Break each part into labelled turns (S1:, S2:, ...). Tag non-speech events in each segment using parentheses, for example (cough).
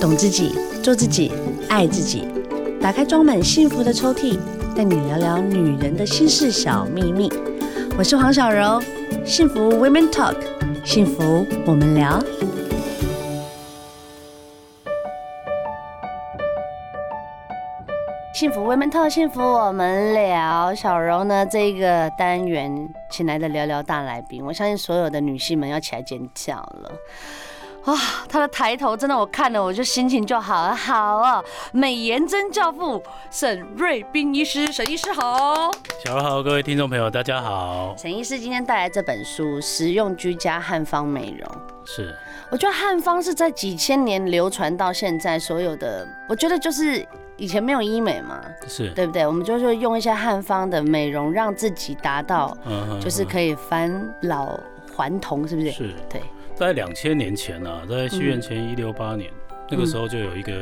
S1: 懂自己，做自己，爱自己。打开装满幸福的抽屉，带你聊聊女人的心事小秘密。我是黄小柔，幸福 Women Talk，幸福我们聊。幸福 Women Talk，幸福我们聊。小柔呢，这个单元请来的聊聊大来宾，我相信所有的女性们要起来尖叫了。哇、她的抬头真的，我看了我就心情就好了，好哦。美颜真教父沈瑞斌医师，沈医师好。
S2: 小罗好，各位听众朋友，大家好。
S1: 沈医师今天带来这本书《实用居家汉方美容》，
S2: 是，
S1: 我觉得汉方是在几千年流传到现在，所有的我觉得就是以前没有医美嘛，
S2: 是，
S1: 对不对？我们就是用一些汉方的美容，让自己达到
S2: 嗯哼
S1: 就是可以返老还童，是不是？
S2: 是
S1: 对，嗯
S2: 在两千年前啊，在西元前一六八年，那个时候就有一个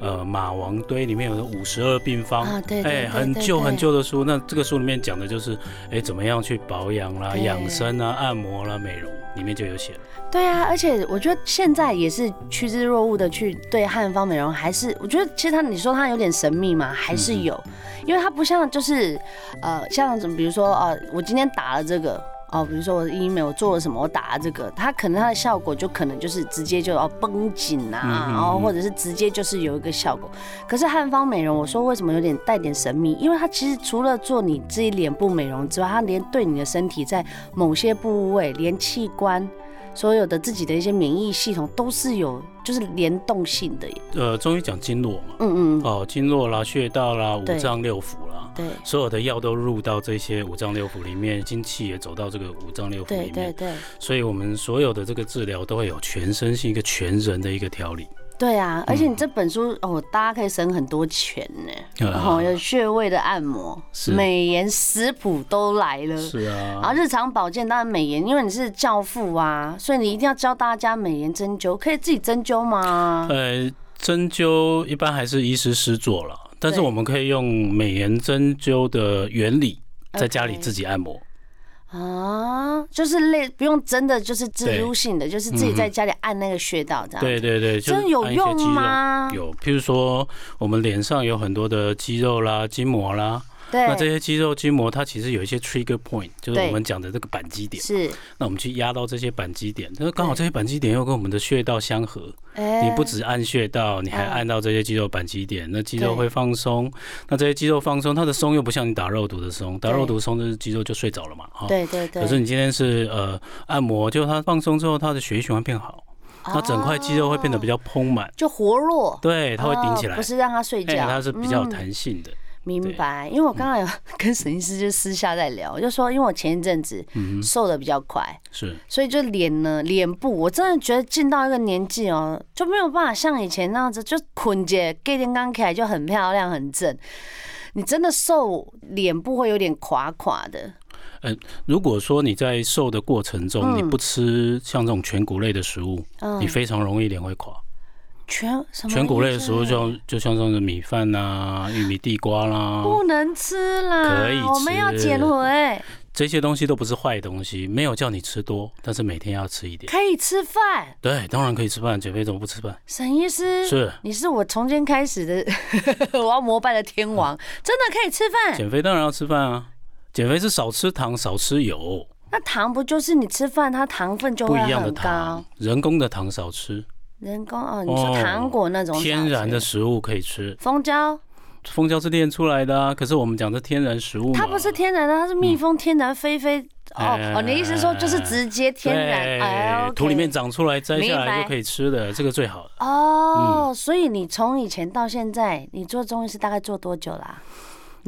S2: 呃马王堆里面有五十二病方，
S1: 啊对对对
S2: 哎很
S1: 对
S2: 旧
S1: 对
S2: 很旧的书。那这个书里面讲的就是，哎，怎么样去保养啦、
S1: 对
S2: 养生啊、按摩啦、美容，里面就有写了。
S1: 对啊，而且我觉得现在也是趋之若鹜的去对汉方美容，还是我觉得其实它你说它有点神秘嘛，还是有，
S2: 嗯
S1: 因为它不像就是呃像什么，比如说呃我今天打了这个。哦，比如说我的医美，我做了什么，我打了这个，它可能它的效果就可能就是直接就哦绷紧啊，
S2: 嗯嗯嗯
S1: 然后或者是直接就是有一个效果。可是汉方美容，我说为什么有点带点神秘？因为它其实除了做你自己脸部美容之外，它连对你的身体在某些部位、连器官，所有的自己的一些免疫系统都是有就是联动性的耶。
S2: 呃，中医讲经络嘛，
S1: 嗯嗯，嗯
S2: 哦，经络啦、穴道啦、五
S1: 对
S2: 脏六腑啦。
S1: 对
S2: 所有的药都入到这些五脏六腑里面，精气也走到这个五脏六腑
S1: 对
S2: 里面
S1: 对，对
S2: 所以我们所有的这个治疗都会有全身性一个全人的一个调理。
S1: 对啊！而且你这本书哦，大家可以省很多钱呢。
S2: 呃
S1: 然后有穴位的按摩、
S2: 嗯是
S1: 美颜食谱都来了。
S2: 是
S1: 然后
S2: 啊，
S1: 日常保健当然美颜，因为你是教父啊，所以你一定要教大家美颜针灸，可以自己针灸吗？
S2: 呃，针灸一般还是医师师做了，但是
S1: 对
S2: 我们可以用美颜针灸的原理，在家里
S1: OK
S2: 自己按摩。
S1: 啊，就是类不用真的就是植入性的，就是自己在家里按那个穴道这样。
S2: 嗯对对对，就
S1: 真有
S2: 按一些
S1: 用
S2: 肌肉
S1: 吗
S2: 有，譬如说我们脸上有很多的肌肉啦、筋膜啦，
S1: 对，
S2: 那这些肌肉筋膜它其实有一些 trigger point，就是
S1: 对
S2: 我们讲的这个扳机点。
S1: 是，
S2: 那我们去压到这些扳机点，那刚好
S1: 对
S2: 这些扳机点又跟我们的穴道相合，
S1: 哎
S2: 你不只按穴道，你还
S1: 嗯
S2: 按到这些肌肉扳机点，那肌肉
S1: 对
S2: 会放松。那这些肌肉放松，它的松又不像你打肉毒的松，打
S1: 对
S2: 肉毒松就是肌肉就睡着了嘛，哈。
S1: 哎对对对，
S2: 可是你今天是呃按摩，就它放松之后，它的血液循环变好，那整块肌肉会变得比
S1: 较
S2: 较丰满，
S1: 哦就活络，
S2: 对，它会顶起
S1: 哦
S2: 来
S1: 不，是让它睡觉，
S2: 哎，它是比较
S1: 嗯
S2: 有弹性的，
S1: 明白，因为我刚刚有 (laughs) 跟沈医师就私下在聊，就说因为我前一阵子
S2: 嗯哼，
S1: 瘦的比较快，
S2: 是
S1: 所以就脸呢，脸部我真的觉得进到一个年纪哦，就没有办法像以前那样子，就捆姐 gay 天刚起来就很漂亮很正。你真的瘦，脸部会有点垮垮的，
S2: 如果说你在瘦的过程中，
S1: 嗯
S2: 你不吃像这种全谷类的食物，
S1: 嗯
S2: 你，非常容易脸会垮。
S1: 全什么啊
S2: 全谷类的
S1: 意思
S2: 食物就嗯就像像是米饭啦、玉米地瓜啦，
S1: 不能吃啦，
S2: 可以
S1: 我们要
S2: 吃
S1: 减肥，
S2: 这些东西都不是坏东西，没有叫你吃多，但是每天要吃一点。
S1: 可以吃饭。
S2: 对，当然可以吃饭，减肥怎么不吃饭？
S1: 沈医师，
S2: 是
S1: 你是我从今开始的， (laughs) 我要膜拜的天
S2: 嗯
S1: 王，真的可以吃饭。
S2: 减肥当然要吃饭啊，减肥是少吃糖、少吃油，
S1: 那糖不就是你吃饭，它糖分就
S2: 不
S1: 会
S2: 一
S1: 啊
S2: 样的
S1: 很高
S2: 糖，，人工的糖少吃，
S1: 人工哦，你说
S2: 哦
S1: 糖果那种
S2: 天然的
S1: 少吃
S2: 食物可以吃。
S1: 蜂胶，
S2: 蜂胶是炼出来的啊，可是我们讲的天然食物嘛，
S1: 它不是天然的，它是蜜蜂天然飞飞。哦
S2: 哎
S1: 哦，你的意思说就是直接天然？哎
S2: 对，
S1: ，OK
S2: 土里面长出来摘下
S1: 明白
S2: 来就可以吃的，这个最好。嗯
S1: 哦，所以你从以前到现在，你做中医师大概做多久啦？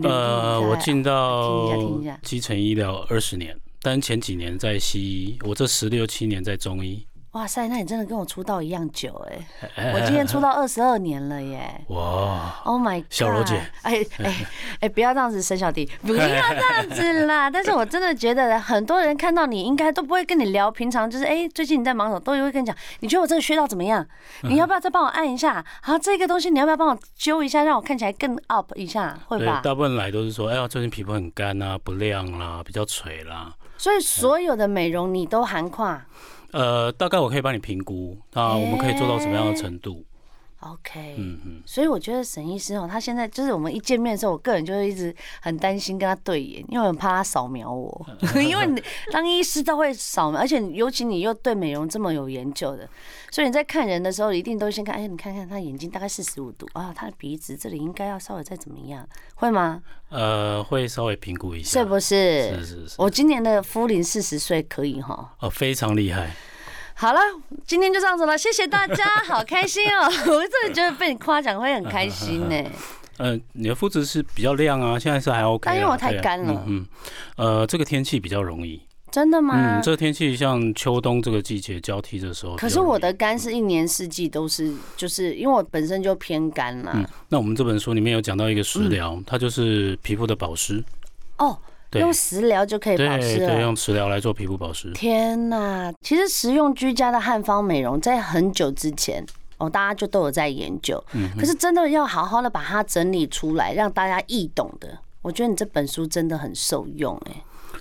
S2: 呃，我进到
S1: 听一下听一下
S2: 基层医疗二十年，但前几年在西医，我这十六七年在中医。
S1: 哇塞，那你真的跟我出道一样久哎、
S2: (laughs) 哎
S1: 我今天出道二十二年了耶。
S2: 哇，
S1: Oh my god！
S2: 小柔姐，
S1: 哎哎哎，不要这样子，沈小
S2: (laughs)
S1: 弟，不要这样子啦！但是我真的觉得很多人看到你，应该都不会跟你聊，平常就是哎、最近你在忙什么，都会跟你讲，你觉得我这个穴道怎么样？
S2: 嗯
S1: 你要不要再帮我按一下？好，这个东西你要不要帮我揪一下，让我看起来更 up 一下，会
S2: 对，
S1: 吧？
S2: 大部分来都是说，哎呀，最近皮肤很干啊，不亮啦，比较垂啦。
S1: 所以所有的美容你都涵跨，
S2: 呃，大概我可以帮你评估，那我们可以做到什么样的程度？
S1: OK，、
S2: 嗯嗯，
S1: 所以我觉得沈医师哦，他现在就是我们一见面的时候，我个人就会一直很担心跟他对眼，因为我很怕他扫描 (laughs) 我，因为你当医师他会扫描，而且尤其你又对美容这么有研究的，所以你在看人的时候，一定都先看，哎，你看看他眼睛大概四十五度啊，他的鼻子这里应该要稍微再怎么样，会吗？
S2: 呃，会稍微评估一下，
S1: 是不是？
S2: 是是是
S1: 我今年的肤龄四十岁可以哈。
S2: 哦，非常厉害，
S1: 好了，今天就这样子了，谢谢大家，好开心哦！ (laughs) 我真的觉得被你夸奖会很开心呢、
S2: 呃，你的肤质是比较亮啊，现在是还 OK，
S1: 但因为
S2: 啦
S1: 我太
S2: 对啊
S1: 干了
S2: 嗯嗯，呃，这个天气比较容易，
S1: 真的吗？
S2: 嗯，这个天气像秋冬这个季节交替的时候比较容易，
S1: 可是我的肝是一年四季都是，就是因为我本身就偏干啦、
S2: 嗯，那我们这本书里面有讲到一个食疗，它就是皮肤的保湿，
S1: 哦，嗯
S2: 对
S1: 用食疗就可以保
S2: 对
S1: 湿
S2: 对，
S1: 了。
S2: 用食疗来做皮肤保湿。
S1: 天呐，其实食用居家的汉方美容在很久之前。哦，大家就都有在研究，
S2: 嗯
S1: 可是真的要好好的把它整理出来，让大家易懂的。我觉得你这本书真的很受用、哎，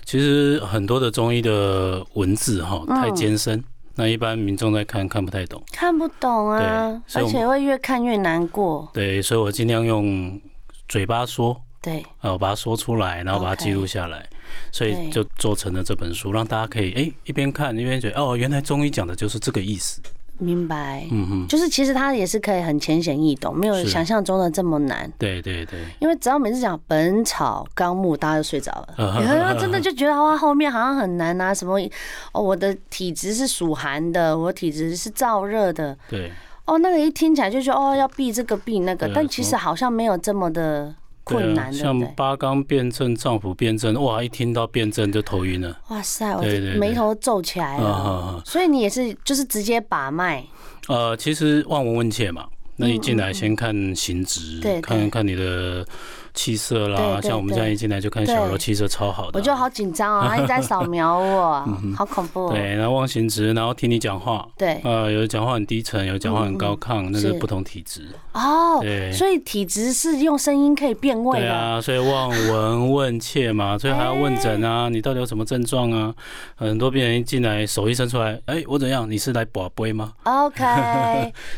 S2: 其实很多的中医的文字哈
S1: 嗯
S2: 太艰深，那一般民众在看看不太懂。
S1: 看不懂啊，
S2: 对所以
S1: 而
S2: 我们
S1: 且会越看越难过。
S2: 对，所以我尽量用嘴巴说，
S1: 对，
S2: 啊，我把它说出来，然后把它
S1: OK
S2: 记录下来，所以
S1: 对
S2: 就做成了这本书，让大家可以哎、一边看一边觉得哦，原来中医讲的就是这个意思。
S1: 明白，
S2: 嗯哼，
S1: 就是其实它也是可以很浅显易懂，没有
S2: 是
S1: 想象中的这么难。
S2: 对对对，
S1: 因为只要每次讲《本草纲目》，大家就睡着了，
S2: 嗯
S1: 然后真的就觉得哇，后面好像很难啊，什么哦，我的体质是属寒的，我体质是燥热的，
S2: 对啊
S1: 哦，那个一听起来就觉得哦，要避这个避那个
S2: 对，啊
S1: 但其实好像没有这么的困
S2: 对啊，
S1: 难，对
S2: 像
S1: 不对？
S2: 八纲辩证、脏腑辩证，哇，一听到辩证就头晕了。
S1: 哇塞，我
S2: 对
S1: 这
S2: 对对
S1: 眉头皱起来
S2: 啊啊
S1: 了
S2: 啊，
S1: 所以你也是就是直接把脉，
S2: 呃，其实望闻问切嘛，那你进来先看形值，
S1: 嗯对对
S2: 看看你的气色啦，
S1: 对对
S2: 像我们现在一进来就看小柔
S1: 对
S2: 气色超好的啊、嗯
S1: 我就好紧张哦，他一直在扫描
S2: (laughs)
S1: 我，好恐怖哦，
S2: 对，然后望形值，然后听你讲话。
S1: 对
S2: 呃，有的讲话很低沉，有的讲话很高亢，那是
S1: 嗯是
S2: 不同体质。
S1: 哦，
S2: 对，
S1: 所以体质是用声音可以辨位
S2: 对
S1: 的，
S2: 啊，所以望闻问切嘛，所以还要问诊
S1: 哎
S2: 啊，你到底有什么症状啊？很多病人一进来，手一伸出来，哎，我怎样？你是来把杯吗？
S1: OK，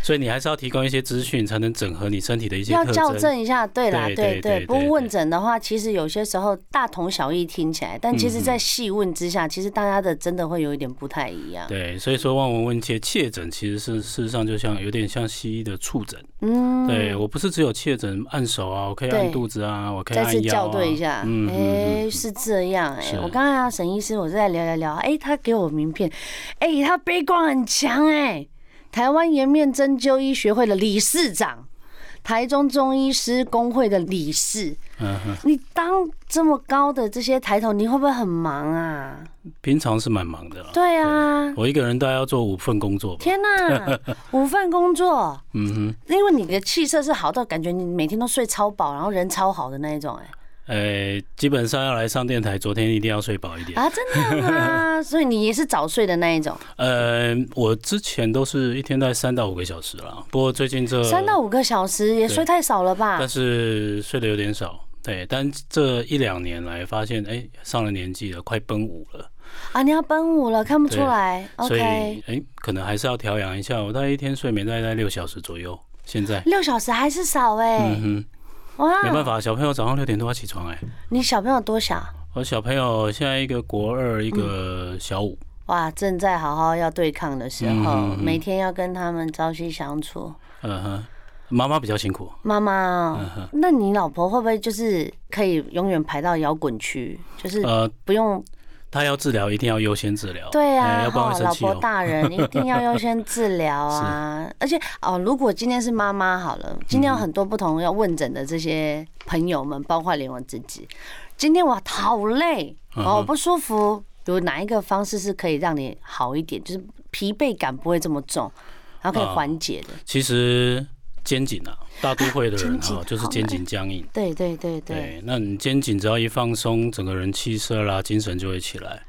S2: 所以你还是要提供一些资讯，才能整合你身体的一些
S1: 要
S2: 特
S1: 校
S2: 征。
S1: 正一下，对啦，
S2: 对
S1: 对
S2: 对对
S1: 对。
S2: 对
S1: 不过问诊的话，其实有些时候大同小异，听起来，但其
S2: 嗯
S1: 实在细问之下，其实大家的真的会有一点不太一样。
S2: 对，所以说望闻问切切诊，其实是事实上就像有点像西医的触诊。
S1: 嗯，
S2: 对我不是只有切诊按手啊，我可以
S1: 对
S2: 按肚子啊，我可以
S1: 再次
S2: 按腰
S1: 校
S2: 啊。
S1: 对一下，
S2: 嗯嗯
S1: 哎，是这样哎
S2: 是。
S1: 我刚刚啊沈医师，我在聊聊聊，哎，他给我名片，哎，他背光很强哎，台湾颜面针灸医学会的理事长。台中中医师工会的理事，
S2: 嗯哼，
S1: 你当这么高的这些抬头，你会不会很忙啊？
S2: 平常是蛮忙的啦。
S1: 对啊，
S2: 我一个人大概要做五份工作吧。
S1: 天呐，
S2: (laughs)
S1: 午饭工作，
S2: 嗯
S1: 因为你的气色是好到感觉你每天都睡超饱，然后人超好的那一种、哎
S2: 哼，呃，基本上要来上电台，昨天一定要睡饱一点
S1: 嗯哎。啊，真的
S2: (laughs)
S1: 吗？所以你也是早睡的那一种，
S2: 呃，我之前都是一天在三到五个小时啦，不过最近这
S1: 三到五啊个小时也睡太少了吧
S2: 但？是睡得有点少。对，但这一两年来发现，哎、上了年纪了，快奔五了
S1: 啊，你要奔五了，看不出来。
S2: 所以哎
S1: OK，、
S2: 可能还是要调养一下。我大概一天睡眠大概在六小时左右，现在。
S1: 六小时还是少哎、
S2: 嗯哼，没
S1: 哇，
S2: 办法，小朋友早上六点多要起床哎、
S1: 你小朋友多小？
S2: 我小朋友现在一个国二，一个小五，
S1: 哇，正在好好要对抗的时
S2: 嗯
S1: 候，
S2: 嗯嗯
S1: 每天要跟他们朝夕相处。
S2: 嗯哼，妈妈比较辛苦。
S1: 妈妈、
S2: 嗯
S1: 哦，那你老婆会不会就是可以永远排到摇滚区，就是
S2: 呃，
S1: 不用
S2: 她要治疗一定要优先治疗，
S1: 对
S2: 哎
S1: 啊，
S2: 要不然
S1: 哈
S2: 会生
S1: 老
S2: 气
S1: 婆
S2: 哦。
S1: 大
S2: (laughs)
S1: 人一定要优先治疗啊。而且哦，如果今天是妈妈好了，
S2: 嗯
S1: 今天有很多不同要问诊的这些朋友们，包括连我自己，今天我好累，
S2: 嗯
S1: 哦，
S2: 哼
S1: 我不舒服，有哪一个方式是可以让你好一点，就是疲惫感不会这么重，然后可以
S2: 啊
S1: 缓解的。
S2: 其实肩颈啊，大都会的人
S1: 肩颈
S2: 哈，就是
S1: 好
S2: 肩颈僵硬。哎
S1: 对对对对，
S2: 对，那你肩颈只要一放松，整个人气色啦、精神就会起来。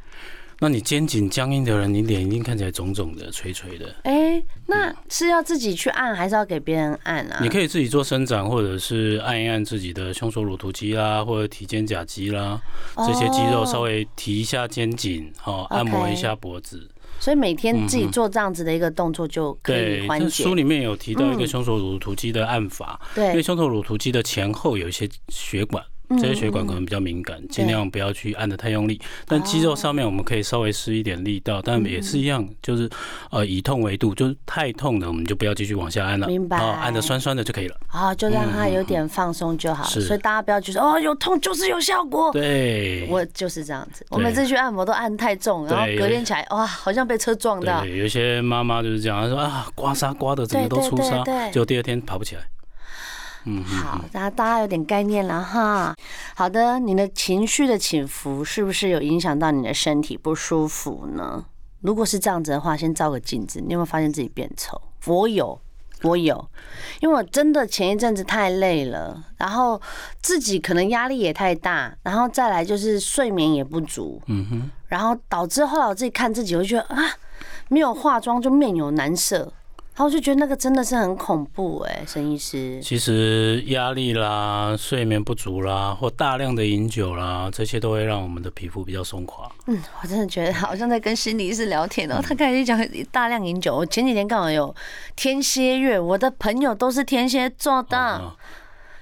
S2: 那你肩颈僵硬的人，你脸一定看起来肿肿的、垂垂的。
S1: 哎、那是要自己去按，还是要给别人按啊
S2: 你？可以自己做伸展，或者是按一按自己的胸锁乳突肌啦，或者提肩胛肌啦，这些肌肉
S1: 哦
S2: 稍微提一下肩颈，哦，按摩一下脖子。
S1: 所以每天自己做这样子的一个动作就可以
S2: 对，
S1: 缓
S2: 这
S1: 解。
S2: 书里面有提到一个
S1: 嗯
S2: 胸锁乳突肌的按法，因为
S1: 对，
S2: 胸锁乳突肌的前后有一些血管，
S1: 嗯
S2: 这些血管可
S1: 嗯
S2: 能比较敏感，尽量不要去按的太用力。但肌肉上面我们可以稍微施一点力
S1: 嗯
S2: 道，但也是一样，就是呃以痛为度，就是太痛的我们就不要继续往下按了，
S1: 明白
S2: 哦按的酸酸的就可以了。
S1: 啊，就让它有点放松就好了。
S2: 嗯是
S1: 所以大家不要觉得哦，有痛就是有效果。
S2: 对，
S1: 我就是这样子，我每次去按摩都按太重，然后
S2: 对
S1: 隔天起来哇，好像被车撞到。
S2: 对，有一些妈妈就是这样，她说啊刮痧刮的整个都
S1: 对对
S2: 出
S1: 对
S2: 痧，
S1: 对
S2: 结果第二天爬不起来。嗯，嗯
S1: 好，大家大家有点概念了哈。好的，你的情绪的起伏是不是有影响到你的身体不舒服呢？如果是这样子的话，先照个镜子，你有没有发现自己变丑？我有，我有，因为我真的前一阵子太累了，然后自己可能压力也太大，然后再来就是睡眠也不足，
S2: 嗯哼，
S1: 然后导致后来我自己看自己，我就觉得啊，没有化妆就面有难色，然后我就觉得那个真的是很恐怖哎、沈医师。
S2: 其实压力啦、睡眠不足啦，或大量的饮酒啦，这些都会让我们的皮肤比较松垮。
S1: 嗯，我真的觉得好像在跟心理医师聊天
S2: 嗯
S1: 哦。他刚才就讲大量饮酒，我前几天刚好有天蝎月，我的朋友都是天蝎座的，
S2: 啊，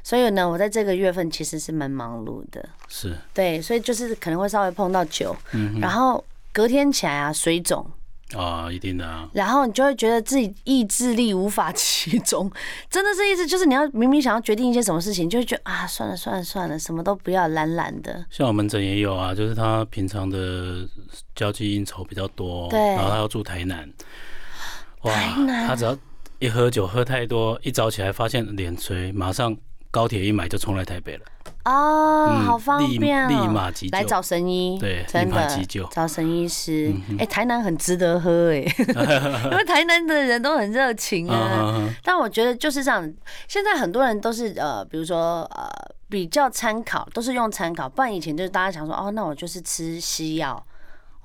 S1: 所以呢，我在这个月份其实是蛮忙碌的。
S2: 是，
S1: 对，所以就是可能会稍微碰到酒，
S2: 嗯
S1: 然后隔天起来啊水肿，
S2: 哼，啊，一定的啊。
S1: 然后你就会觉得自己意志力无法 (laughs) 集中，真的是意思就是你要明明想要决定一些什么事情，就会觉得啊算了算了算了，什么都不要，懒懒的。
S2: 像我们诊也有啊，就是他平常的交际应酬比较多，
S1: 对
S2: 然后他要住台南，哇，他只要一喝酒喝太多，一早起来发现脸垂，马上高铁一买就冲来台北了，
S1: 哦，
S2: 嗯
S1: 好方
S2: 立
S1: 便哦，
S2: 立马急救
S1: 来找神医，
S2: 对
S1: 真
S2: 立马
S1: 的
S2: 急救嗯
S1: 找神医师。哎、台南很值得喝
S2: (laughs)
S1: 哎、因为台南的人都很热情
S2: 嗯
S1: 啊。
S2: 哼哼
S1: 但我觉得就是这样，现在很多人都是呃，比如说呃，比较参考，都是用参考，不然以前就是大家想说哦，那我就是吃西药，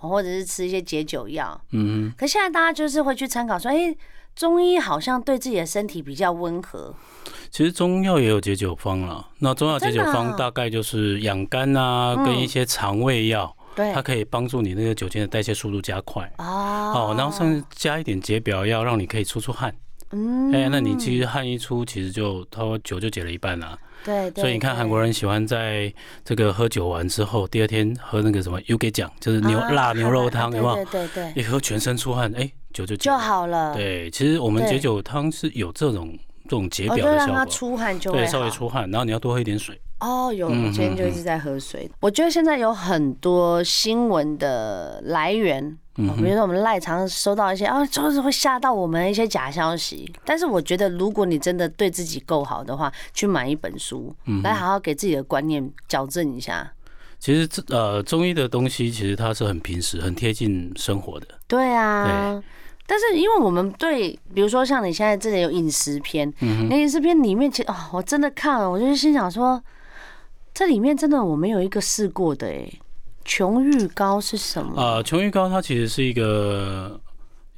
S1: 哦或者是吃一些解酒药，
S2: 嗯哼，
S1: 可现在大家就是会去参考说，哎、中医好像对自己的身体比较温和，
S2: 其实中药也有解酒方了，那中药解酒
S1: 真的啊嗯
S2: 方大概就是养肝啊，跟一些肠胃药，
S1: 对
S2: 它，可以帮助你那个酒精的代谢速度加快。
S1: 哦
S2: 哦，然后甚至加一点解表药，让你可以出出汗。
S1: 嗯
S2: 哎、那你其实汗一出，其实就他酒就解了一半啦、
S1: 对对，
S2: 所以你看，韩
S1: 人。
S2: 国人喜欢在这个喝酒完之后，第二天喝那个什么 u k 酱，就是牛、
S1: 啊
S2: 辣牛肉汤，
S1: 对
S2: 有没有？
S1: 对对对，
S2: 一喝全身出汗，哎、酒就解
S1: 就
S2: 了。
S1: 好了。
S2: 对，其实我们
S1: 对
S2: 解酒汤是有这种这种解
S1: 哦，
S2: 表
S1: 就
S2: 的
S1: 让
S2: 效
S1: 它
S2: 果，
S1: 出汗就会
S2: 对，稍微
S1: 好
S2: 出汗，然后你要多喝一点水。
S1: 哦，有，
S2: 嗯
S1: 我今天就一直在喝水。我觉得现在有很多新闻的来源。
S2: 嗯
S1: 哦比如说，我们赖常收到一些啊，就是会吓到我们一些假消息。但是我觉得，如果你真的对自己够好的话，去买一本书，
S2: 嗯
S1: 来好好给自己的观念矫正一下。
S2: 其实这呃中医的东西，其实它是很平时、很贴近生活的。
S1: 对啊。但是，因为我们对，比如说像你现在这里有饮食篇，
S2: 嗯
S1: 那饮食篇里面，其实哦，我真的看了，我就是心想说，这里面真的我没有一个试过的哎，琼玉膏是什么？
S2: 呃，琼玉膏它其实是一个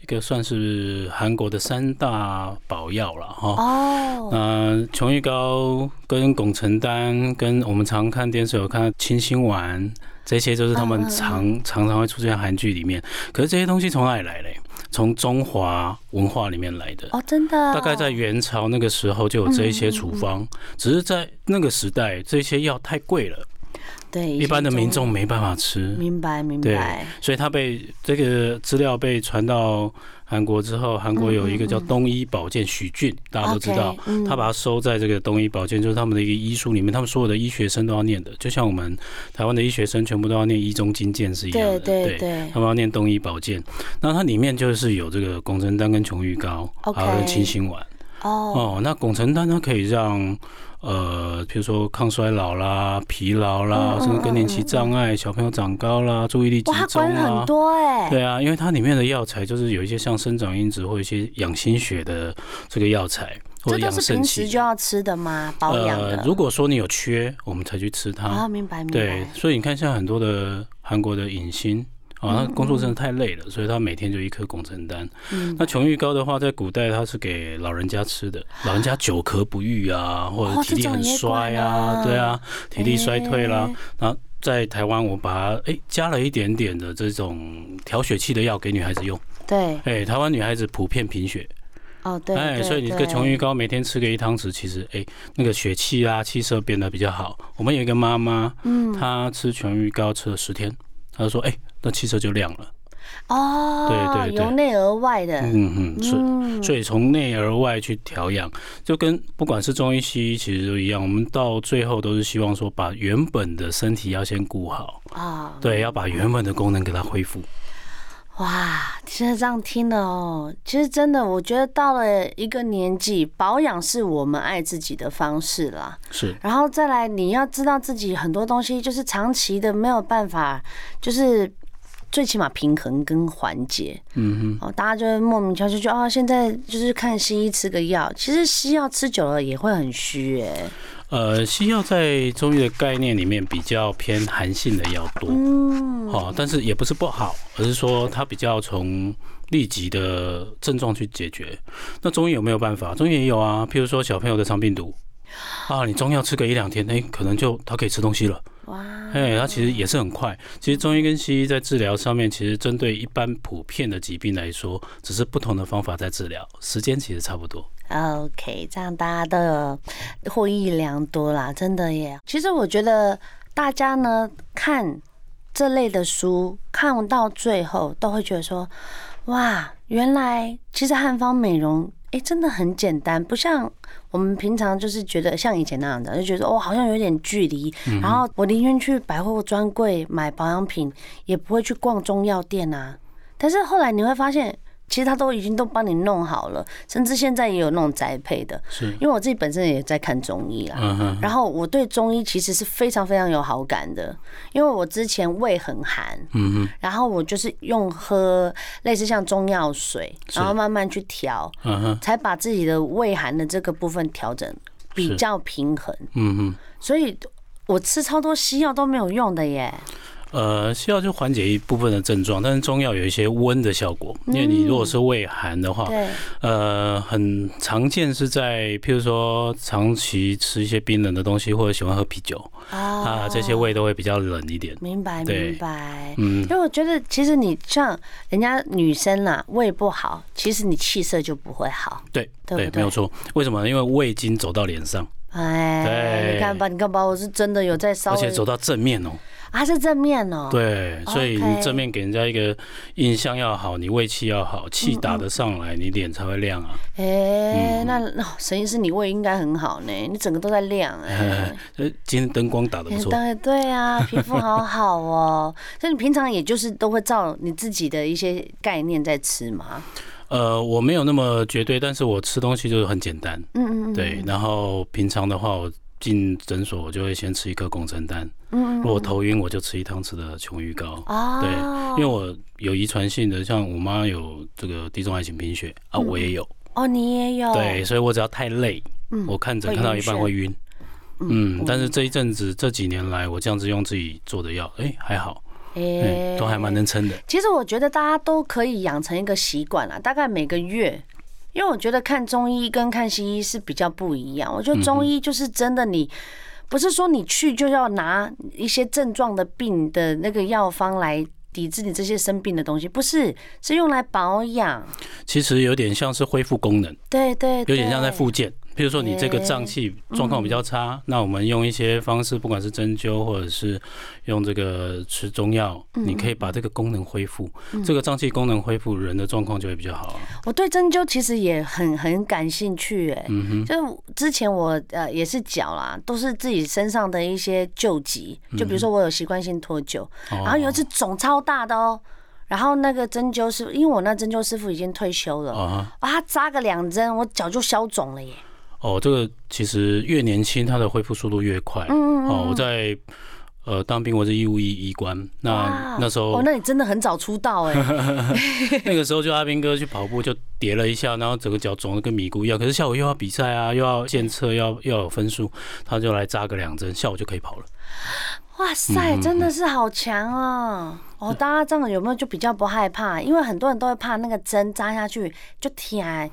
S2: 一个算是韩国的三大宝药了哈。
S1: 哦，
S2: 呃，琼玉膏跟汞承丹，跟我们常看电视有看到清心丸，这些就是
S1: 嗯
S2: 他
S1: 嗯
S2: 们
S1: 嗯
S2: 常、常常会出现在韩剧里面。可是这些东西从哪里来嘞？从中华文化里面来的。
S1: 哦，真的啊，
S2: 大概在元朝那个时候就有这一些处
S1: 嗯
S2: 方，只是在那个时代这些药太贵了，
S1: 对
S2: 一般的民众
S1: 以
S2: 没办法吃
S1: 前中。嗯明白明
S2: 对
S1: 白，
S2: 所以他被这个资料被传到韩国之后，韩国有一个叫东医保健许俊，大家都知道
S1: 嗯 OK，，嗯
S2: 他把它收在这个东医保健，就是他们的一个医书里面，他们所有的医学生都要念的，就像我们台湾的医学生全部都要念医中经鉴是一样
S1: 对
S2: 的，
S1: 对对
S2: 他们要念东医保健，那它里面就是有这个汞承丹跟琼玉膏，
S1: OK
S2: 还有清心丸。
S1: 哦，
S2: 哦，那汞承丹它可以让呃，比如说抗衰老啦、疲劳啦
S1: 嗯，嗯
S2: 甚至更年
S1: 嗯嗯
S2: 期
S1: 嗯
S2: 障碍、小朋友长高啦、注意力集
S1: 哇，它
S2: 中
S1: 管
S2: 啦
S1: 很。多哎，
S2: 对啊，因为它里面的药材就是有一些像生长因子或一些养心血的这个药材，
S1: 这
S2: 或者
S1: 都
S2: 养
S1: 是
S2: 肾
S1: 平时
S2: 气
S1: 就。要吃的吗？保养的
S2: 呃，，如果说你有缺，我们才去吃它
S1: 啊，。明白明
S2: 对
S1: 白，，
S2: 所以你看，像很多的韩国的影星啊，他工作真的太累了，所以他每天就一颗汞承丹。
S1: 嗯，
S2: 那琼玉膏的话，在古代它是给老人家吃
S1: (gasps)
S2: 的，老人家久咳不愈啊，或
S1: 哦
S2: 者体力
S1: 这种
S2: 很
S1: 也
S2: 衰
S1: 管啊
S2: 啊，对啊，体力衰退啦
S1: 哎，
S2: 然后在台湾我把它哎、加了一点点的这种调血气的药给女孩子用。
S1: 对，
S2: 哎、台湾女孩子普遍贫血，
S1: 哦对，
S2: 哎，
S1: 对
S2: 所以你这个琼玉膏每天吃个一汤匙，其实哎、那个血气啊气色变得比较好。我们有一个妈妈，
S1: 嗯
S2: 她吃琼玉膏吃了十天，她就说哎、那气色就亮了。
S1: 哦，
S2: 对对对
S1: 由内而外的，
S2: 嗯嗯，是。
S1: 嗯
S2: 所以从内而外去调养，就跟不管是中医西医其实都一样，我们到最后都是希望说把原本的身体要先顾好，
S1: 啊，
S2: 对，要把原本的功能给它恢复。
S1: 哇，其实这样听了哦，其实真的，我觉得到了一个年纪，保养是我们爱自己的方式啦。
S2: 是，
S1: 然后再来，你要知道自己很多东西就是长期的没有办法，就是最起码平衡跟缓解。
S2: 嗯
S1: 哦，大家就会莫名其妙就觉得哦，现在就是看西医吃个药，其实西药吃久了也会很虚哎、
S2: 哼，呃，西药在中医的概念里面比较偏寒性的药多，
S1: 嗯，
S2: 哦，但是也不是不好，而是说它比较从立即的症状去解决。那中医有没有办法？中医也有啊，譬如说小朋友的肠病毒。啊，你中药吃个一两天，哎、可能就他可以吃东西了。
S1: 哇，
S2: 哎，它其实也是很快。其实中医跟西医在治疗上面，其实针对一般普遍的疾病来说，只是不同的方法在治疗，时间其实差不多。
S1: OK，这样大家都有获益良多啦，真的耶。其实我觉得大家呢看这类的书，看到最后都会觉得说，哇，原来其实汉方美容。哎、真的很简单，不像我们平常就是觉得像以前那样的，就觉得哦，好像有点距离。然后我宁愿去百货专柜买保养品，也不会去逛中药店啊。但是后来你会发现，其实他都已经都帮你弄好了，甚至现在也有那种宅配的。
S2: 是，
S1: 因为我自己本身也在看中医啦，
S2: 嗯哼，
S1: 然后我对中医其实是非常非常有好感的，因为我之前胃很寒，
S2: 嗯
S1: 然后我就是用喝类似像中药水，
S2: 是
S1: 然后慢慢去调，
S2: 哼，嗯哼，
S1: 才把自己的胃寒的这个部分调整比
S2: 是
S1: 较平衡，
S2: 嗯哼。
S1: 所以我吃超多西药都没有用的耶。
S2: 呃，西药就缓解一部分的症状，但是中药有一些温的效果，因为你如果是胃寒的话，
S1: 嗯对，
S2: 呃，很常见是在譬如说长期吃一些冰冷的东西，或者喜欢喝啤酒啊，
S1: 啊
S2: 这些胃都会比较冷一点。
S1: 明白
S2: 对
S1: 明白。
S2: 嗯
S1: 因，为我觉得，其实你像人家女生啦、胃不好，其实你气色就不会好。
S2: 对
S1: 对不
S2: 对，
S1: 对
S2: 没有错。为什么呢？因为胃经走到脸上，
S1: 哎，
S2: 对
S1: 你看吧，你看吧，我是真的有在稍
S2: 而
S1: 微，
S2: 且走到正面哦、
S1: 啊是正面哦、，
S2: 对，所以
S1: OK
S2: 你正面给人家一个印象要好，你胃气要好，
S1: 嗯
S2: 气打得上来，你脸才会亮啊。
S1: 哎、
S2: 嗯
S1: 那那哦沈医师，你胃应该很好呢，你整个都在亮哎、
S2: 呃，今天灯光打 (laughs) 得不错，
S1: 当然对啊，皮肤好好哦、 (laughs) 所以你平常也就是都会照你自己的一些概念在吃嘛。
S2: 呃，我没有那么绝对，但是我吃东西就是很简单，
S1: 嗯嗯嗯，
S2: 对。然后平常的话，我进诊所我就会先吃一颗共承丹，
S1: 嗯
S2: 如果头晕我就吃一汤匙的琼鱼膏。
S1: 哦，
S2: 对，因为我有遗传性的，像我妈有这个地中海型贫血啊，我也有，
S1: 哦你也有
S2: 对，所以我只要太累，
S1: 嗯
S2: 我看诊
S1: 会
S2: 看到
S1: 晕
S2: 一半
S1: 眩
S2: 会晕。
S1: 嗯
S2: 嗯，但是这一阵子这几年来，我这样子用自己做的药，哎、还好，
S1: 哎、
S2: 哎、都还蛮能撑的。
S1: 其实我觉得大家都可以养成一个习惯啊啦，大概每个月。因为我觉得看中医跟看西医是比较不一样。我
S2: 嗯
S1: 觉得中医就是真的你，不是说你去就要拿一些症状的病的那个药方来抵制你这些生病的东西，不是，是用来保养。
S2: 其实有点像是恢复功能，
S1: 对对
S2: 有
S1: 对，
S2: 点像在复健。比如说你这个
S1: 哎
S2: 脏器状况比较差，那我们用一些方式，不管是针灸或者是用这个吃中药，
S1: 嗯
S2: 你可以把这个功能恢复。这个脏器功能恢复，人的状况就会比较好啊。
S1: 我对针灸其实也很很感兴趣、哎、
S2: 嗯
S1: 就是之前我呃也是脚啦，都是自己身上的一些旧疾，就比如
S2: 嗯
S1: 说我有习惯性脱臼，
S2: 哦
S1: 然后有一次肿超大的哦，然后那个针灸师傅，因为我那针灸师傅已经退休了，啊、
S2: 啊
S1: 他扎个两针，我脚就消肿了耶。
S2: 哦，这个其实越年轻，它的恢复速度越快。
S1: 嗯
S2: 哦，我在呃当兵，我是义务役医官，那
S1: 哇
S2: 那时候
S1: 哦，那你真的很早出道
S2: (laughs)
S1: 哎，
S2: 那个时候就阿兵哥去跑步就跌了一下，然后整个脚肿得跟米糊一样。可是下午又要比赛啊，又要检测，要要有分数，他就来扎个两针，下午就可以跑了。
S1: 哇
S2: 嗯
S1: 塞，真的是好强啊！哦，大家这样有没有就比较不害怕？因为很多人都会怕那个针扎下去就甜。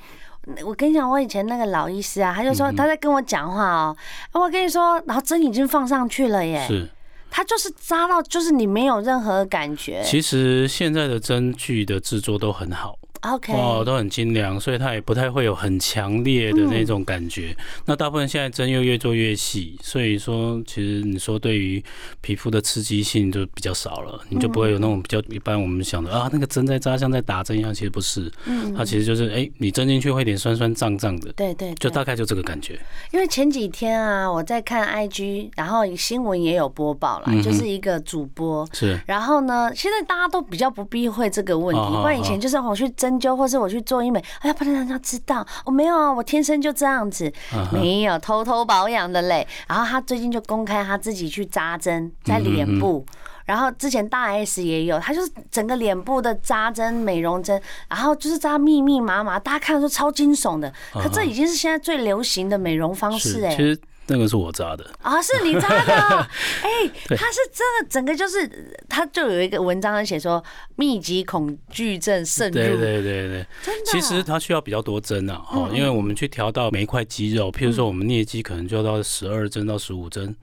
S1: 我跟你讲，我以前那个老医师
S2: 嗯
S1: 啊，他就说他在跟我讲话哦，我跟你说，然后针已经放上去了耶，
S2: 是，
S1: 它就是扎到，就是你没有任何感觉。
S2: 其实现在的针具的制作都很好
S1: OK，
S2: 哦，都很精良，所以它也不太会有很强烈的那种感觉。那大部分现在针又越做越细，所以说其实你说对于皮肤的刺激性就比较少了，你就不会有那种比较一般我们想的啊，那个针在扎像在打针一样，其实不是，
S1: 嗯，
S2: 它其实就是哎、你针进去会有点酸酸胀胀的，
S1: 对对
S2: 就
S1: 对，
S2: 大概就这个感觉。
S1: 因为前几天啊，我在看 IG，然后新闻也有播报啦，
S2: 嗯哼
S1: 就是一个主播。
S2: 是，
S1: 然后呢？现在大家都比较不避讳这个问题，
S2: 哦哦
S1: 不然以前就是我去针灸或是我去做医美，哎呀，不能让他知道，我、没有啊，我天生就这样子，
S2: 嗯哼
S1: 没有偷偷保养的嘞。然后他最近就公开他自己去扎针在脸
S2: 嗯
S1: 部，然后之前大 S 也有，他就是整个脸部的扎针、美容针，然后就是扎密密麻麻，大家看的时候超惊悚的。可这已经是现在最流行的美容方式
S2: 啊是，
S1: 哎、
S2: 其实那个是我扎的，
S1: 啊，是你扎的
S2: (laughs)
S1: 哦，哎、
S2: 对
S1: 他是真的，整个就是，他就有一个文章写说密集恐惧症渗入，
S2: 对对对对。
S1: 真的，啊嗯
S2: 其实它需要比较多针啊，哦，因为我们去调到每一块肌肉，譬如说我们颞肌可能就要到十二针到十五针，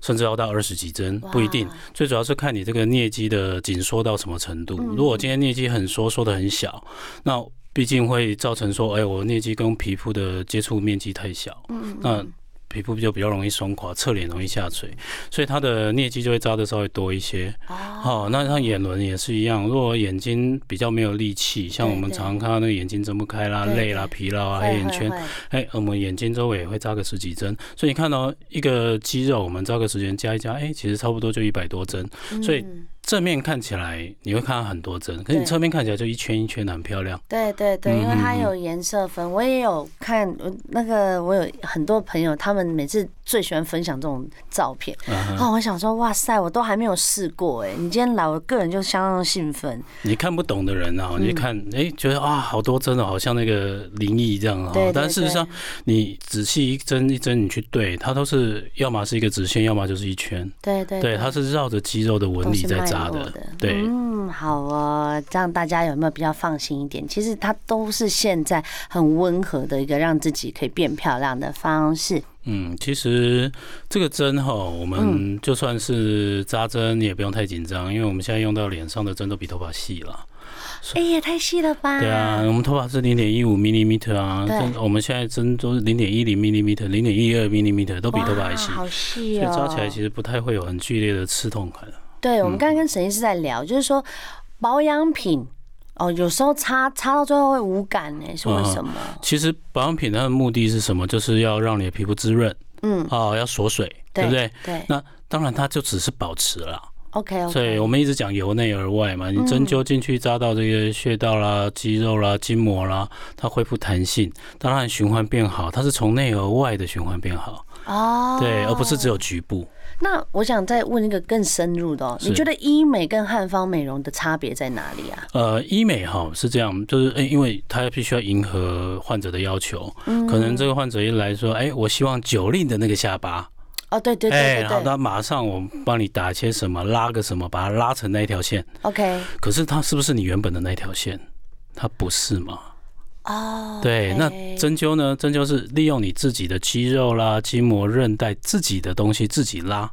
S2: 甚至要到二十几针，不一定
S1: 哇。
S2: 最主要是看你这个颞肌的紧缩到什么程度。
S1: 嗯
S2: 如果今天颞肌很缩，缩的很小，那毕竟会造成说，哎，我颞肌跟皮肤的接触面积太小，
S1: 嗯
S2: 那。皮肤就比较容易松垮，侧脸容易下垂，所以它的颞肌就会扎的稍微多一些。
S1: 哦，
S2: 哦，那像眼轮也是一样，如果眼睛比较没有力气，像
S1: 对
S2: 我们
S1: 对
S2: 常常看到那个眼睛睁不开啦、
S1: 对
S2: 累啦、疲劳啊、
S1: 会
S2: 黑眼圈
S1: 会，会
S2: 哎，我们眼睛周围也会扎个十几针，所以你看到一个肌肉，我们扎个十几针加一加，哎，其实差不多就一百多针。所以
S1: 嗯
S2: 正面看起来你会看到很多针，可
S1: 对
S2: 是你侧面看起来就一圈一圈的很漂亮。
S1: 对对对，因为它
S2: 嗯嗯嗯
S1: 有颜色分，我也有看，我那个我有很多朋友，他们每次最喜欢分享这种照片。
S2: 嗯哼
S1: 哦，我想说，哇塞，我都还没有试过哎，你今天来，我个人就相当兴奋。
S2: 你看不懂的人
S1: 嗯
S2: 啊，你看哎，觉得啊好多针哦，好像那个灵异这样啊
S1: 对，对
S2: 但事实
S1: 对
S2: 上你仔细一针一针你去对，它都是要么是一个直线，要么就是一圈。
S1: 对对
S2: 对，它是绕着肌肉的纹
S1: 嗯都
S2: 理
S1: 是
S2: 在
S1: 脉
S2: 扎
S1: 络
S2: 的。对
S1: 嗯，好哦，这样大家有没有比较放心一点？其实它都是现在很温和的一个让自己可以变漂亮的方式。
S2: 嗯，其实这个针哈，我
S1: 嗯
S2: 们就算是扎针，你也不用太紧张，因为我们现在用到脸上的针都比头发细了。
S1: 哎呀，太细了吧？
S2: 对啊，我们头发是零点一五 m m 啊，
S1: 对
S2: 针我们现在针都是零点一零 m m 零点一二 m m 都比头发还
S1: 哇
S2: 细，
S1: 好细
S2: 所以
S1: 哦。
S2: 扎起来其嗯实不太会有很剧烈的刺痛感。
S1: 对，我们刚刚跟沈医师在聊，就是说保养品哦，有时候擦擦到最后会无感呢，是为什么？
S2: 其实保养品它的目的是什么？就是要让你的皮肤滋润
S1: 嗯，
S2: 啊，要锁水，对不对？
S1: 对
S2: 那当然，它就只是保持了。
S1: ，OK 嗯
S2: 所以
S1: OK，
S2: 我们一直讲由内而外嘛，你针灸进去扎到这个穴道啦、肌肉啦、筋膜啦，它恢复弹性，当然循环变好，它是从内而外的循环变好，
S1: 哦，
S2: 对，而不是只有局部。
S1: 那我想再问一个更深入的哦，你
S2: 是
S1: 觉得医美跟汉方美容的差别在哪里啊？
S2: 呃，医美哈是这样，就是诶、因为它必须要迎合患者的要求，
S1: 嗯
S2: 可能这个患者一来说，诶、我希望九令的那个下巴，
S1: 哦，对对
S2: 诶、
S1: 对
S2: 然后
S1: 对对
S2: 他马上我帮你打一些什么，拉个什么，把它拉成那一条线，
S1: ，OK，
S2: 可是它是不是你原本的那条线？它不是嘛？
S1: 哦，
S2: 对，那
S1: OK
S2: 针灸呢？针灸是利用你自己的肌肉啦、筋膜、韧带自己的东西自己拉，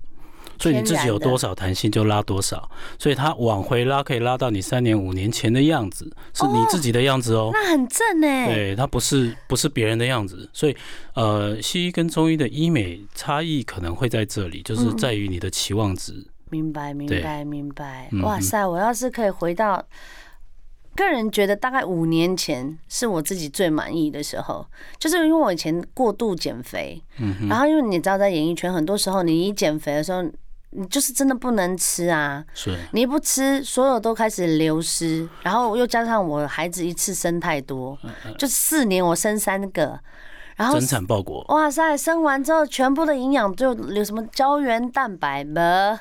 S2: 所以你自己有多少弹性就拉多少，所以它往回拉可以拉到你三年、五年前的样子，是你自己的样子哦。
S1: 那很正哎，
S2: 对，它不是不是别人的样子，所以呃，西医跟中医的医美差异可能会在这里，就是
S1: 嗯
S2: 在于你的期望值。
S1: 明白明
S2: 对
S1: 白明白
S2: 嗯，
S1: 哇
S2: 嗯
S1: 塞，我要是可以回到。个人觉得大概五年前是我自己最满意的时候，就是因为我以前过度减肥，
S2: 嗯
S1: 然后因为你知道在演艺圈，很多时候你一减肥的时候，你就是真的不能吃啊，
S2: 是，
S1: 你一不吃，所有都开始流失，然后又加上我孩子一次生太多，
S2: 嗯
S1: 就四年我生三个，然后
S2: 增产报国。
S1: 哇塞，生完之后全部的营养就有什么胶原蛋白
S2: (laughs)
S1: 的，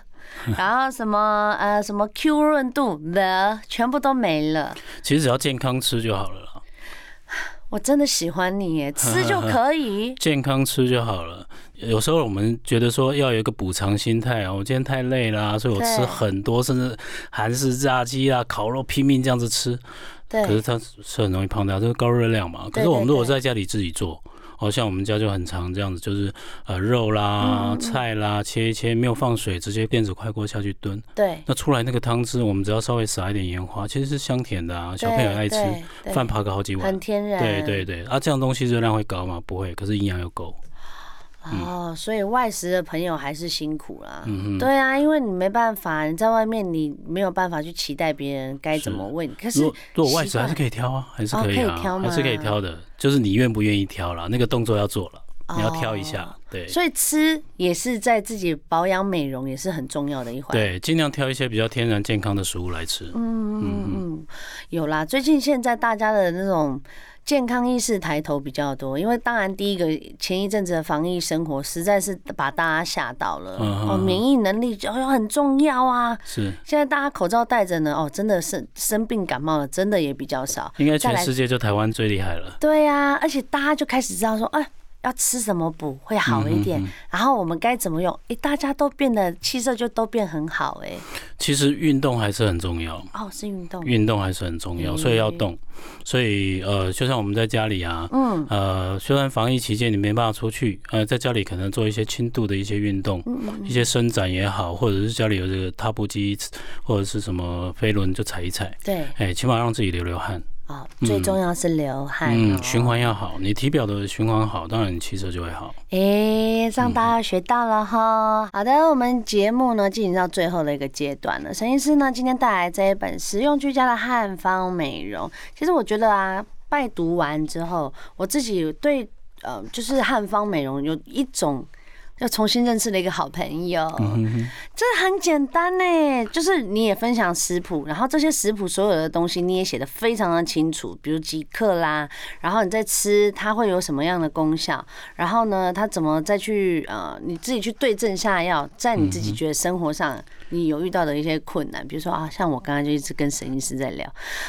S1: 然后什么呃什么 Q 润度的，全部都没了。
S2: 其实只要健康吃就好了啦。。
S1: 我真的喜欢你耶，吃就可以
S2: 健康吃就好了。有时候我们觉得说要有一个补偿心态啊，我今天太累啦、所以我吃
S1: 对
S2: 很多，甚至韩式炸鸡啊、烤肉拼命这样子吃，
S1: 对
S2: 可是它是很容易胖掉，这是高热量嘛。可是我们如果在家里自己做，哦，像我们家就很常这样子，就是呃肉
S1: 嗯
S2: 啦、菜啦切一切，没有放水，直接电子快锅下去炖。
S1: 对，
S2: 那出来那个汤汁，我们只要稍微撒一点盐花，其实是香甜的啊，小朋友
S1: 对
S2: 爱吃，
S1: 对对
S2: 饭扒个好几碗
S1: 很。天然，
S2: 对对对，啊，这样东西热量会高吗？不会，可是营养又够。
S1: 哦，所以外食的朋友还是辛苦啦。
S2: 嗯哼，
S1: 对啊，因为你没办法，你在外面你没有办法去期待别人该怎么问。可
S2: 如
S1: 是
S2: 果如果外食
S1: 习惯
S2: 还是可以挑啊，还是
S1: 哦
S2: 可以
S1: 可
S2: 啊，
S1: 以挑吗
S2: 还是可以挑的，就是你愿不愿意挑啦，那个动作要做了，你要挑一下，
S1: 哦
S2: 对。
S1: 所以吃也是在自己保养美容也是很重要的一环。
S2: 对，尽量挑一些比较天然健康的食物来吃。
S1: 嗯，嗯嗯，有啦。最近现在大家的那种健康意识抬头比较多，因为当然第一个前一阵子的防疫生活实在是把大家吓到了，
S2: 嗯
S1: 哦，
S2: 嗯
S1: 免疫能力就很重要啊。
S2: 是，
S1: 现在大家口罩戴着呢，哦，真的生生病感冒了，真的也比较少。
S2: 应该
S1: 再
S2: 全
S1: 来
S2: 世界就台湾最厉害了。
S1: 对呀、而且大家就开始知道说，哎、要吃什么补会好一
S2: 嗯
S1: 点，然后我们该怎么用，哎、大家都变得气色就都变很好、哎，
S2: 其实运动还是很重要，
S1: 哦，是运动，
S2: 运动还是很重
S1: 嗯
S2: 要，所以要动。所以呃，就像我们在家里啊，
S1: 嗯
S2: 呃，虽然防疫期间你没办法出去，呃，在家里可能做一些轻度的一些运动，
S1: 嗯
S2: 一些伸展也好，或者是家里有这个踏步机或者是什么飞轮就踩一踩，
S1: 对，
S2: 哎，起码让自己流流汗。
S1: 哦，最重要是流汗、哦
S2: 嗯，循。环要好，你体表的循环好，当然你气色就会好。
S1: 诶，让哎大
S2: 嗯
S1: 家学到了哈。好的，我们节目呢进行到最后的一个阶段了。沈医师呢今天带来这一本实用居家的汉方美容，其实我觉得啊，拜读完之后，我自己对呃就是汉方美容有一种。又重新认识了一个好朋友，
S2: 嗯哼
S1: 这很简单呢，就是你也分享食谱，然后这些食谱所有的东西你也写的非常的清楚，比如几克啦，然后你再吃它会有什么样的功效，然后呢，它怎么再去呃你自己去对症下药，在你自
S2: 嗯
S1: 己觉得生活上你有遇到的一些困难，比如说啊，像我刚刚就一直跟沈医师在聊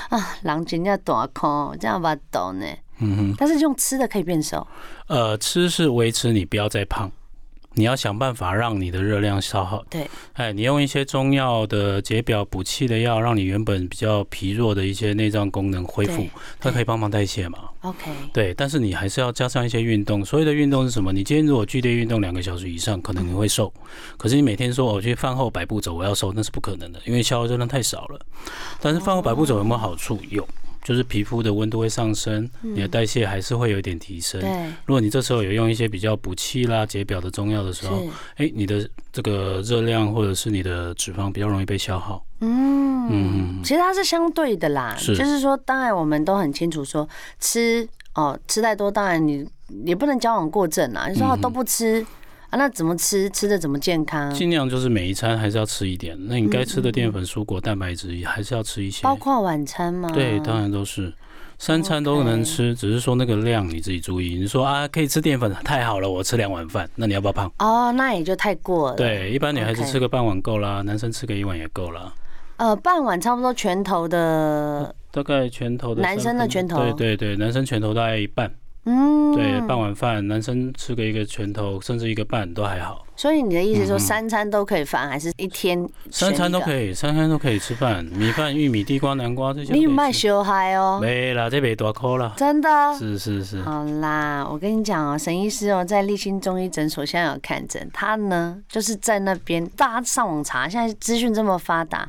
S1: 啊，狼人家短空这样吧懂呢，
S2: 嗯哼。
S1: 但是用吃的可以变瘦，
S2: 呃，吃是维持你不要再胖，你要想办法让你的热量消耗。
S1: 对，
S2: 哎，你用一些中药的解表补气的药，让你原本比较疲弱的一些内脏功能恢复
S1: 对，
S2: 它可以帮忙代谢嘛。
S1: ，OK，
S2: 对，但是你还是要加上一些运动。所谓的运动是什么？你今天如果剧烈运动两个小时以上，可能你会瘦。可是你每天说哦我去饭后百步走，我要瘦，那是不可能的，因为消耗热量太少了。但是饭后百步走有没有好处？有，就是皮肤的温度会上升，你的代谢还是会有一点提升。
S1: 嗯对，
S2: 如果你这时候有用一些比较补气啦、解表的中药的时
S1: 是，
S2: 候，哎、你的这个热量或者是你的脂肪比较容易被消耗。
S1: 嗯，
S2: 嗯
S1: 其实它是相对的啦，
S2: 是
S1: 就是说，当然我们都很清楚说吃哦，吃太多，当然你也不能矫枉过正啦。你
S2: 嗯
S1: 说、啊都不吃啊，那怎么吃？吃的怎么健康？
S2: 尽量就是每一餐还是要吃一点，那你该吃的淀粉、蔬果、蛋白质也还是要吃一些。
S1: 嗯包括晚餐吗？
S2: 对，当然都是。三餐都能吃只是说那个量你自己注意。你说啊，可以吃淀粉，太好了，我吃两碗饭，那你要不要胖？
S1: 哦，那也就太过了。，
S2: 对，一般女孩子
S1: OK
S2: 吃个半碗够啦，男生吃个一碗也够啦。
S1: 呃，半碗差不多拳头的，
S2: 大概拳头的
S1: 男生的
S2: 三分
S1: 拳头
S2: 对对对，男生拳头大概一半，
S1: 嗯，
S2: 对，半碗饭，男生吃个一个拳头，甚至一个半都还好。
S1: 所以你的意思
S2: 嗯
S1: 说三餐都可以饭，还是一天
S2: 三餐都可
S1: 以？
S2: 以，三餐都可以吃饭，米饭、玉米、地瓜、南瓜这些都可以吃。
S1: 你有卖修嗨哦，
S2: 没啦，这没多抠啦。
S1: 真的？
S2: 是是是，
S1: 好啦，我跟你讲哦、沈医师哦、在立新中医诊所现在有看诊，他呢就是在那边，大家上网查，现在资讯这么发达，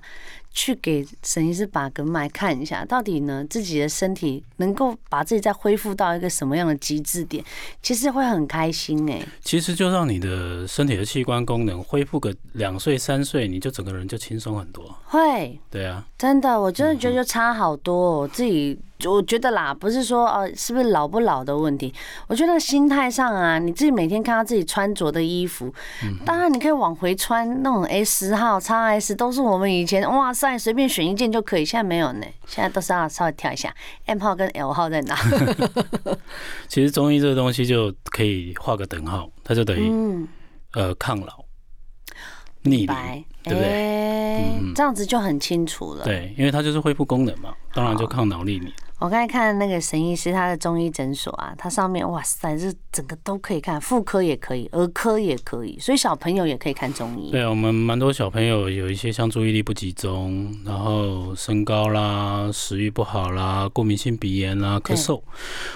S1: 去给沈医师把个脉看一下，到底呢自己的身体能够把自己再恢复到一个什么样的极致点，其实会很开心哎、
S2: 其实就让你的身体的器官功能恢复个两岁三岁，你就整个人就轻松很多。
S1: 会。
S2: 对啊，
S1: 真的，我真的
S2: 嗯
S1: 觉得就差好多、哦。我自己我觉得啦，不是说呃是不是老不老的问题，我觉得心态上啊，你自己每天看到自己穿着的衣服，
S2: 嗯
S1: 当然你可以往回穿那种 S 号、x S，都是我们以前哇塞随便选一件就可以，现在没有呢，现在都是要稍微跳一下 M 号跟 L 号在哪？
S2: 其实中医这个东西就可以画个等号，它就等
S1: (laughs)
S2: 于、
S1: 嗯，
S2: 呃抗老、逆龄。
S1: 白，
S2: 对不对
S1: 哎
S2: 嗯
S1: 这样子就很清楚了。
S2: 对，因为它就是恢复功能嘛，当然就抗老逆龄。
S1: 我刚才看那个沈医师他的中医诊所啊，它上面哇塞，这整个都可以看，妇科也可以，儿科也可以，所以小朋友也可以看中医。
S2: 对啊，我们蛮多小朋友有一些像注意力不集中，然后身高啦、食欲不好啦、过敏性鼻炎啦、
S1: 对
S2: 咳嗽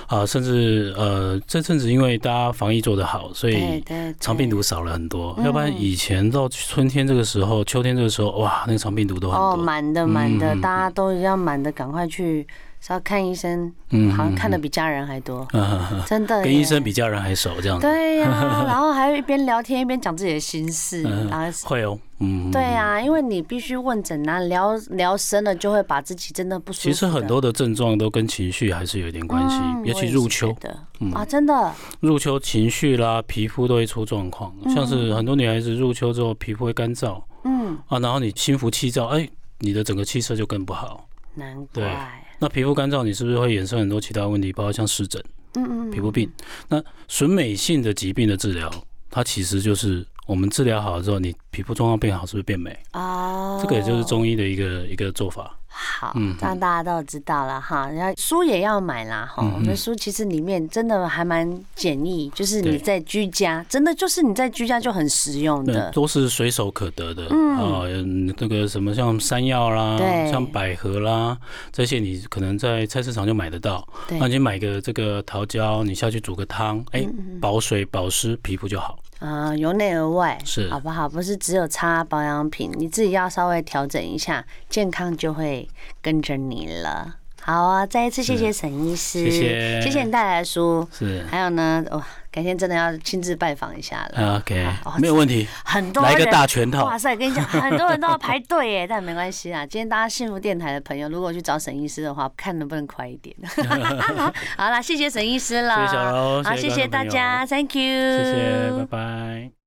S2: 啊、甚至呃这阵子因为大家防疫做得好，所
S1: 对
S2: 以
S1: 对，
S2: 肠病毒少了很多。
S1: 嗯
S2: 要不然以前到春天这个时候、秋天这个时候，哇，那个肠病毒都很
S1: 哦，
S2: (laughs) 多。
S1: 满的满的，
S2: 嗯
S1: 大家都要满的，赶快去稍微看医生，
S2: 嗯
S1: 好像看的比家人还多，
S2: 嗯，
S1: 真的
S2: 跟
S1: 耶
S2: 医生。比家人还熟这样子。
S1: 对呀、
S2: (laughs)
S1: 然后还一边聊天一边讲自己的心事，
S2: 嗯
S1: 然后是
S2: 会哦，嗯，
S1: 对啊，因为你必须问诊啊，聊聊深了就会把自己真的不舒服
S2: 其
S1: 的。
S2: 实很多的症状都跟情绪还是有一点关系，
S1: 嗯
S2: 尤其入秋，嗯
S1: 的、啊，真的
S2: 入秋情绪啦、皮肤都会出状况，
S1: 嗯
S2: 像是很多女孩子入秋之后皮肤会干燥，嗯啊，然后你心浮气躁，哎，你的整个气色就更不好。
S1: 难
S2: 对
S1: 怪。
S2: 那皮肤干燥，你是不是会衍生很多其他问题，包括像湿疹、
S1: 嗯嗯，
S2: 皮肤病？那损美性的疾病的治疗，它其实就是我们治疗好之后，你皮肤状况变好，是不是变美？
S1: 哦，
S2: 这个也就是中医的一个一个做法。
S1: 好
S2: 嗯，嗯
S1: 让大家都知道了哈。然后书也要买啦哈，我们书其实里面真的还蛮简易，就是你
S2: 对
S1: 在居家，真的就是你在居家就很实用
S2: 那
S1: 的。
S2: 都是随手可得的啊，嗯，那个什么像山药啦
S1: 对，
S2: 像百合啦，这些你可能在菜市场就买得到。
S1: 对嗯
S2: 那你买个这个桃胶，你下去煮个汤，哎，保水保湿，皮肤就好。
S1: 啊，由内而外，
S2: 是
S1: 好不好？不是只有擦保养品，你自己要稍微调整一下，健康就会跟着你了。好啊，再一次谢谢沈医师，
S2: 谢谢
S1: 谢谢你带来的书，
S2: 是
S1: 还有呢，哇，改天真的要亲自拜访一下了。
S2: ，OK，
S1: 好
S2: 没有问题，
S1: 很多人
S2: 来个大全套
S1: 哇。塞，跟你讲，很多人都要排队耶，但没关系啦。今 (laughs) 天大家幸福电台的朋友，如果去找沈医师的话，看能不能快一
S2: (laughs)
S1: 点。好啦，谢谢沈医师了，
S2: 谢谢小柔
S1: 好，谢
S2: 谢谢
S1: 谢大嗯
S2: 观众朋
S1: 家
S2: 友
S1: ，Thank you，
S2: 谢谢，拜拜。